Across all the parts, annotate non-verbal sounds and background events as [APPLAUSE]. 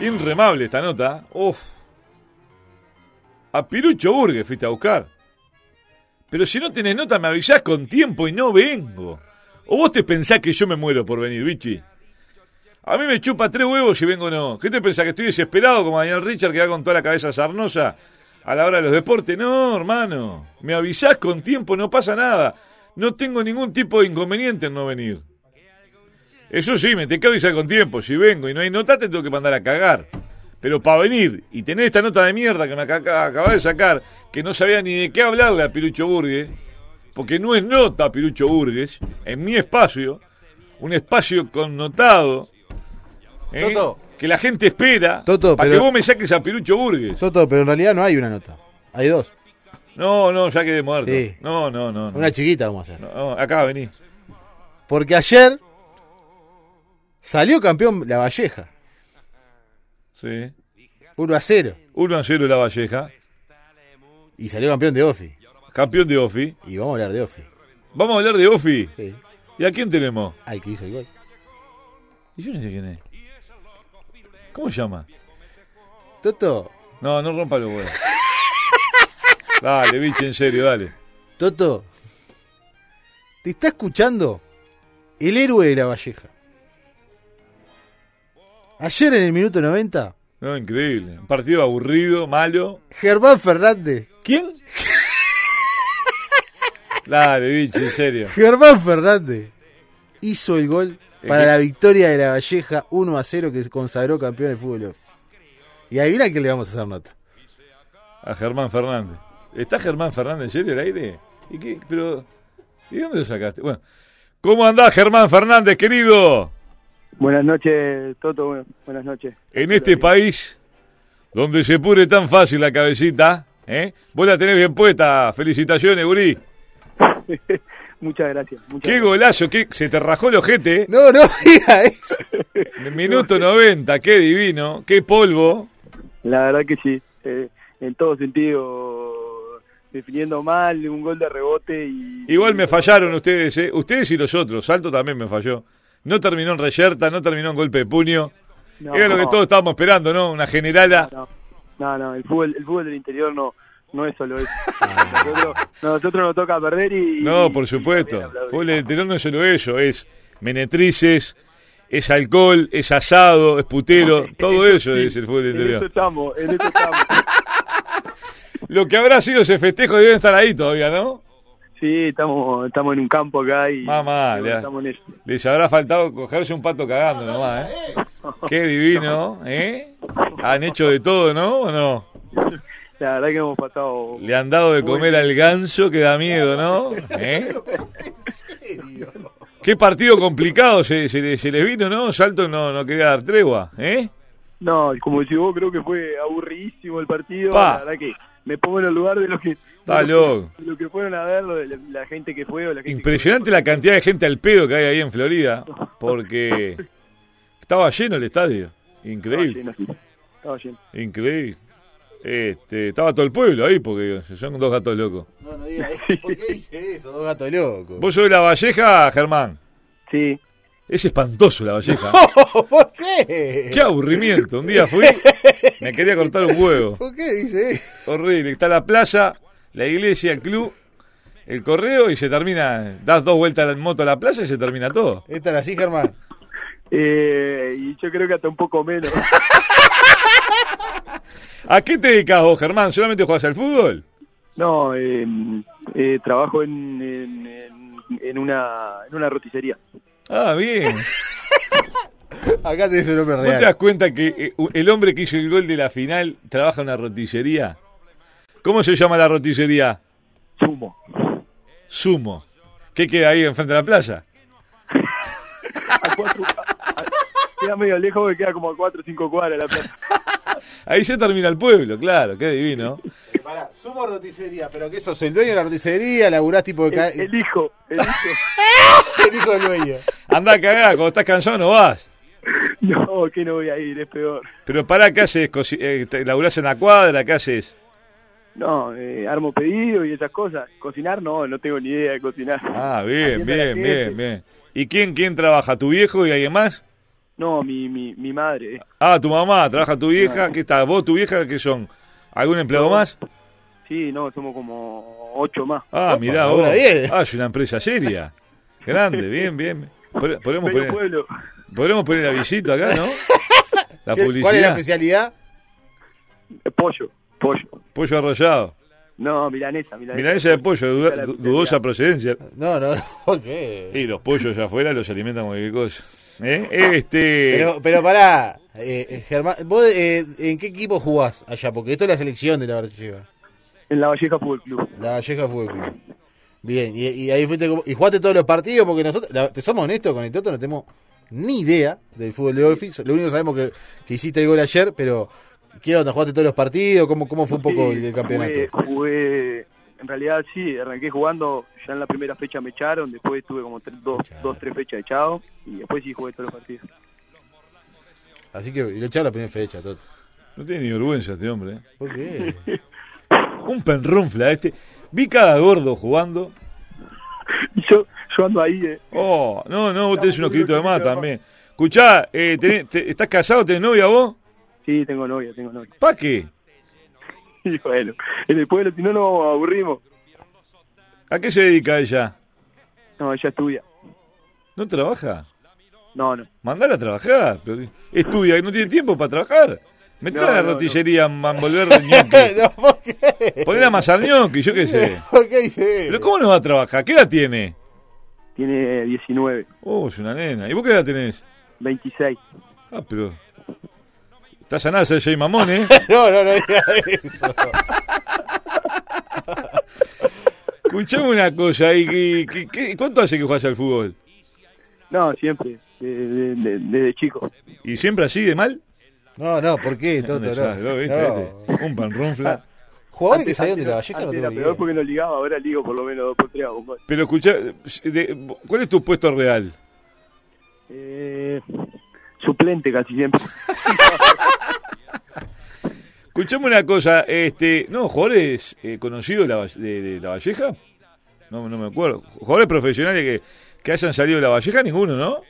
Inremable esta nota. Uf. A Pirucho Burgue fuiste a buscar. Pero si no tenés nota, me avisás con tiempo y no vengo. ¿O vos te pensás que yo me muero por venir, bichi? A mí me chupa tres huevos si vengo o no. ¿Qué te pensás? ¿Que estoy desesperado como Daniel Richard que va con toda la cabeza sarnosa a la hora de los deportes? No, hermano. Me avisás con tiempo, no pasa nada. No tengo ningún tipo de inconveniente en no venir. Eso sí, me tenés que avisar con tiempo. Si vengo y no hay nota, te tengo que mandar a cagar. Pero para venir y tener esta nota de mierda que me aca- aca- acabas de sacar, que no sabía ni de qué hablarle a Pirucho Burgues, porque no es nota Pirucho Burgues, en mi espacio, un espacio connotado, ¿eh? Toto. que la gente espera, Toto, para pero- que vos me saques a Pirucho Burgues. Toto, pero en realidad no hay una nota. Hay dos. No, no, ya quedé muerto. Sí. No, no, no. no. Una chiquita vamos a hacer. No, acá vení. Porque ayer salió campeón La Valleja. Sí. 1 a 0. 1 a 0 la Valleja, Y salió campeón de Ofi. campeón de Ofi. Y vamos a hablar de Ofi. Vamos a hablar de Ofi. Sí. ¿Y a quién tenemos? Ay, que hizo el gol. Y yo no sé quién es. ¿Cómo se llama? Toto, No, no rompa los huevos. Dale, bicho, en serio, dale. Toto. Te está escuchando el héroe de La Valleja. Ayer en el minuto 90, No, increíble. Un partido aburrido, malo. Germán Fernández. ¿Quién? Dale, bicho, en serio. Germán Fernández hizo el gol para que- la victoria de la Valleja 1 a 0 que se consagró campeón del fútbol. off. Y adivina que le vamos a hacer nota. A Germán Fernández. ¿Está Germán Fernández en serio el aire? ¿Y qué? Pero. ¿Y dónde lo sacaste? Bueno. ¿Cómo andás, Germán Fernández, querido? Buenas noches, Toto. Bueno, buenas noches. En este país donde se pure tan fácil la cabecita, ¿eh? Vos la tenés bien puesta. Felicitaciones, Gurí. Muchas gracias. Muchas Qué gracias. golazo, qué, se te rajó el ojete. ¿eh? No, no diga eso. En Minuto 90, qué divino, qué polvo. La verdad que sí. eh, en todo sentido, definiendo mal, un gol de rebote y... Igual me fallaron ustedes, ¿eh? ustedes y los otros. Salto también me falló. No terminó en reyerta, no terminó en golpe de puño. No, Era lo que no, todos estábamos esperando, ¿no? Una generala. No, no, no, el, fútbol, el fútbol del interior no, no es solo eso. Nosotros, nosotros nos toca perder y... No, por y también supuesto. aplaudir. Fue el interior no es solo eso, es menetrices, es alcohol, es asado, es putero, todo eso es el fútbol del En eso [LAUGHS] interior. estamos, en eso estamos. Lo que habrá sido ese festejo deben estar ahí todavía, ¿no? Sí, estamos, estamos en un campo acá y... Mamá, y bueno, ya. estamos en eso. Les habrá faltado cogerse un pato cagando nomás, ¿eh? Qué divino, ¿eh? Han hecho de todo, ¿no? ¿O no? La verdad que hemos pasado... Le han dado de comer al ganso que da miedo, ¿no? ¿Eh? Qué partido complicado se, se, le- se les vino, ¿no? Salto no, no quería dar tregua, ¿eh? No, como decís vos, creo que fue aburridísimo el partido. Pa. La verdad que me pongo en el lugar de lo que, Está de lo loco. que, de lo que fueron a ver, lo de la, la gente que fue o la gente Impresionante la cantidad de gente al pedo que hay ahí en Florida, porque estaba lleno el estadio. que fue. Increíble, Estaba lleno, estaba lleno. increíble. Este, estaba todo el pueblo ahí, porque son dos gatos locos. No, no diga eso. ¿Por qué dice eso? Dos gatos locos. ¿Vos sos de la Valleja, Germán? Sí, Es espantoso la Valleja. [LAUGHS] ¿Por qué? Qué aburrimiento. Un día fui, me quería cortar un huevo. ¿Por qué dice eso? Horrible. Está la playa, la iglesia, el club, el correo y se termina. Das dos vueltas en moto a la playa y se termina todo. Esta la sí, Germán. eh, y yo creo que hasta un poco menos. [LAUGHS] ¿A qué te dedicas vos, Germán? ¿Solamente jugás al fútbol? No, eh, eh, trabajo en, en, en- en una, en una roticería. Ah, bien. Acá te dice el hombre ¿No te real. das cuenta que eh, el hombre que hizo el gol de la final trabaja en una rotillería? ¿Cómo se llama la rotillería? Sumo. Sumo. ¿Qué queda ahí enfrente de la playa? A cuatro, a- a- queda medio lejos, que queda como a cuatro o cinco cuadras la plaza. Ahí se termina el pueblo, claro, qué divino. Pará, sumo roticería, pero que sos el dueño de la roticería, laburás tipo de ca- [LAUGHS] El, el hijo, el hijo. el hijo del dueño. Andá a cagar, cuando estás cansado no vas. [LAUGHS] No, que no voy a ir, es peor. Pero pará, ¿qué haces? Cosi- eh, te- ¿Laburás en la cuadra? ¿Qué haces? No, eh, armo pedido y esas cosas. Cocinar no, no tengo ni idea de cocinar. Ah, bien, Haciendo las bien, bien, siete. bien. ¿Y quién, quién trabaja? ¿Tu viejo y alguien más? No, mi, mi, mi madre. eh. Ah, tu mamá, trabaja tu vieja, ¿qué está? ¿Vos, tu vieja, qué son? ¿Algún empleado más? Sí, no, somos como ocho más. Ah, Opa, mirá, labura vos. bien. Ah, es una empresa seria. Grande, bien, bien. Pod- Podemos Medio poner, pueblo. podemos poner la visita acá, [LAUGHS] ¿no? La ¿Qué- ¿Cuál es la publicidad. especialidad? Eh, Pollo, pollo. Pollo arrollado. No, milanesa, milanesa. Milanesa de pollo, de Esa es la duda- especialidad. dudosa procedencia. No, no, [LAUGHS] no. ¿qué? Y los pollos allá afuera los alimentan con cualquier cosa. ¿Eh? Este. Pero, pero pará, eh, eh, Germán, ¿vos eh, en qué equipo jugás allá? Porque esto es la selección de la Valleja. En la Valleja Fútbol Club. La Valleja Fútbol Club. Bien, y, y ahí fuiste como- y jugaste todos los partidos porque nosotros, la- te somos honestos con el Toto, no tenemos ni idea del fútbol de Golfi. Lo único que sabemos que, que hiciste el gol ayer, pero ¿qué onda? ¿Jugaste todos los partidos? ¿Cómo, cómo fue un poco Sí, el, el campeonato? Jugué, jugué- en realidad sí, arranqué jugando, ya en la primera fecha me echaron, después tuve como tres- dos, Claro. dos, tres fechas echado, y después sí jugué todos los partidos. [LAUGHS] Así que y lo echaron a la primera fecha, Toto. No tiene ni vergüenza este hombre. ¿eh? [LAUGHS] ¿Por qué? Un penrunfla este. Vi cada gordo jugando. Y yo, yo ando ahí, eh, Oh, no, no, vos tenés unos Estamos gritos de muy más orgullosos. también. Escuchá, eh, tenés- te- ¿estás casado? ¿Tenés novia vos? sí, tengo novia, tengo novia. [LAUGHS] ¿Pa' qué? Y bueno, en el pueblo, si no nos aburrimos. ¿A qué se dedica ella? No, ella estudia. ¿No trabaja? No, no. Mandala a trabajar. pero Estudia, no tiene tiempo para trabajar. Metela No, en la no, no. rotillería a envolver de [LAUGHS] ñoqui. [LAUGHS] no, ¿por qué? Ponela a masar ñoqui, yo qué sé. ¿Por qué hice? ¿Pero cómo no va a trabajar? ¿Qué edad tiene? Tiene 19, Oh, es una nena. ¿Y vos qué edad tenés? 26. Ah, pero... Estás sanada ser Jay Mamón, ¿eh? [LAUGHS] No, no, [LAUGHS] no digas eso. Escuchame una cosa. ¿y, qué- qué- qué- cuánto hace que jugás al fútbol? No, siempre, de- de- de- desde chico. ¿Y siempre así de mal? No, no, ¿por qué, Toto? [LAUGHS] Un No, desastre, ¿no? ¿Viste? no. ¿Viste? Un panrunfla. Jugadores que salieron de la Antes Valleja no era tengo peor idea. porque no ligaba, ahora ligo por lo menos dos por tres a bombón. Pero escuchá, de- ¿cuál es tu puesto real? Eh, suplente casi siempre. Escuchame una cosa, este, no, jugadores eh, conocidos de la, Valle- de, de la Valleja, no, no me acuerdo, jugadores profesionales que, que hayan salido de la Valleja, ninguno, ¿no?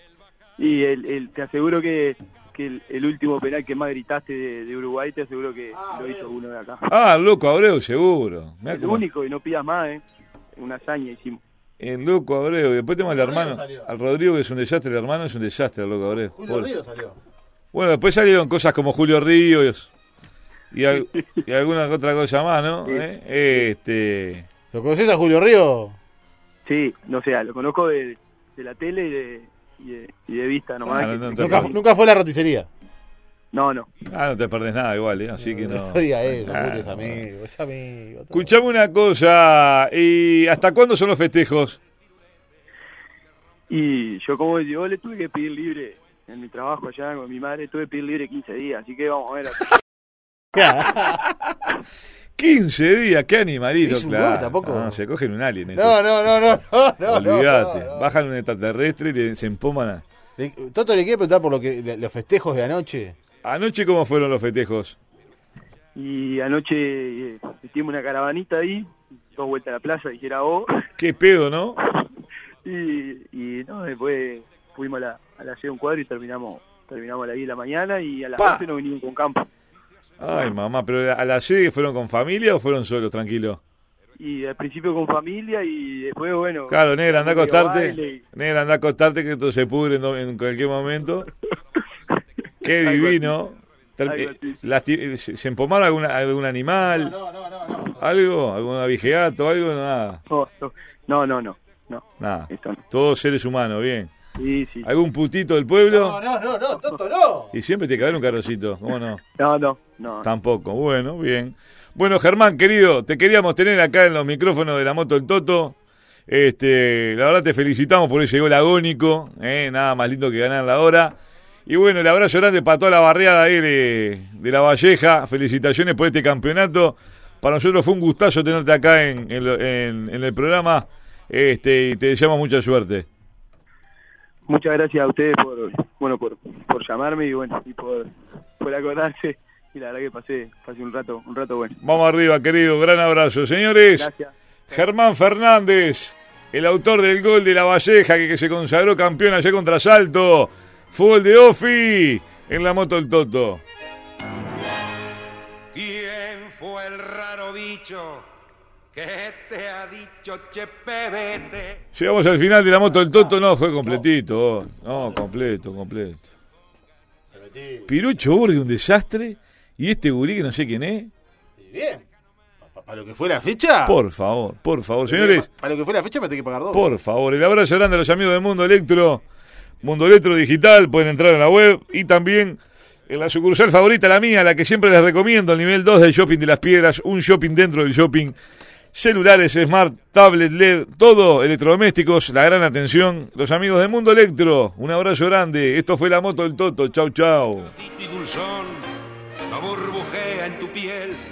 Y el, el- te aseguro que, que el, el último penal que más gritaste de, de Uruguay, te aseguro que lo hizo uno de acá. Ah, loco Abreu, seguro. Mirá el cómo- único, y no pidas más, ¿eh? Una hazaña hicimos. El loco Abreu, y después tenemos al Rodrigo hermano, salió. al Rodrigo que es un desastre, el hermano es un desastre, el loco Abreu. Pobre. salió. Bueno, después salieron cosas como Julio Ríos y, al- y alguna otra cosa más, ¿no? Sí. ¿Eh? Este... ¿Lo conoces a Julio Río? Sí, no sé, lo conozco de, de la tele y de, y de, y de vista nomás. Ah, que- no, no, que- Nunca, Claro. fu- nunca fue a la roticería. no, no. Ah, no te perdés nada igual, ¿eh? Así que no. diga eso, Ah, Julio es amigo, es amigo. Escuchame una cosa, ¿y hasta cuándo son los festejos? Y yo como yo le tuve que pedir libre en mi trabajo allá con mi madre, tuve que pedir libre 15 días, así que vamos a ver. [LAUGHS] 15 días, qué animalito, Es un claro. huevo tampoco. No, se cogen un alien. esto. No, no, no, no, no, no. Olvídate. no, no. Bajan un extraterrestre y le- se empoman. a- Le- Toto, le quiere preguntar por lo que, le- los festejos de anoche. Anoche, ¿cómo fueron los festejos? Y anoche eh, metimos una caravanita ahí, dos vueltas a la plaza, dijera vos, [LAUGHS] Qué pedo, ¿no? y, y no, después fuimos a la, a la sede de un cuadro y terminamos terminamos a las 10 de la mañana y a las Pa. 11 nos vinimos con campo. Ay, mamá, pero a la sede fueron con familia o fueron solos, tranquilo. Y al principio con familia y después, bueno... Claro, negra, anda a medio baile acostarte. y- Negra, anda a acostarte que esto se pudre en, en cualquier [LAUGHS] momento. Qué Algo divino. Ter- Algo así. eh, lasti- eh, ¿Se se empomaron alguna- algún animal? No, no, no, no. ¿Algo? ¿Algún abigeato? ¿Algo? Nada. No, no, [LAUGHS] no, no, no, no, Nada. esto no. Todos seres humanos, bien. Sí, sí. ¿Algún putito del pueblo? no, no, no, Toto, no. Y siempre te cae un carrocito, ¿cómo no? No, no, no. Tampoco. Bueno, bien. Bueno, Germán, querido, te queríamos tener acá en los micrófonos de la moto El Toto. Este, la verdad te felicitamos por ese gol agónico, ¿eh? nada más lindo que ganar la hora. Y bueno, el abrazo grande para toda la barriada ahí de, de La Valleja. Felicitaciones por este campeonato. Para nosotros fue un gustazo tenerte acá en, en lo- en- en el programa este, y te deseamos mucha suerte. Muchas gracias a ustedes por bueno por, por llamarme y bueno y por, por acordarse y la verdad que pasé pasé un rato un rato bueno. Vamos arriba, querido. Gran abrazo. Señores, Gracias. Germán Fernández, el autor del gol de la Valleja que, que se consagró campeón ayer contra Salto. Fútbol de Ofi en la moto del Toto. ¿Quién fue el raro bicho que te ha dicho chepe vete? Llegamos al final de la moto del Toto. No, fue completito. No, completo, completo. Pirucho Burgue, un desastre. Y este gurí que no sé quién es. Bien. Pa- Para lo que fue la fecha. Por favor, por favor, señores. Pa- Para lo que fue la fecha me tengo que pagar dos. Por favor, el abrazo grande a los amigos de Mundo Electro, Mundo Electro Digital, pueden entrar en la web y también en la sucursal favorita, la mía, la que siempre les recomiendo, el nivel 2 del shopping de las piedras, un shopping dentro del shopping, celulares, smart, tablet, LED, todo, electrodomésticos, la gran atención, los amigos de Mundo Electro, un abrazo grande, esto fue la moto del Toto, chau chau. Tito y dulzón, no burbujea en tu piel.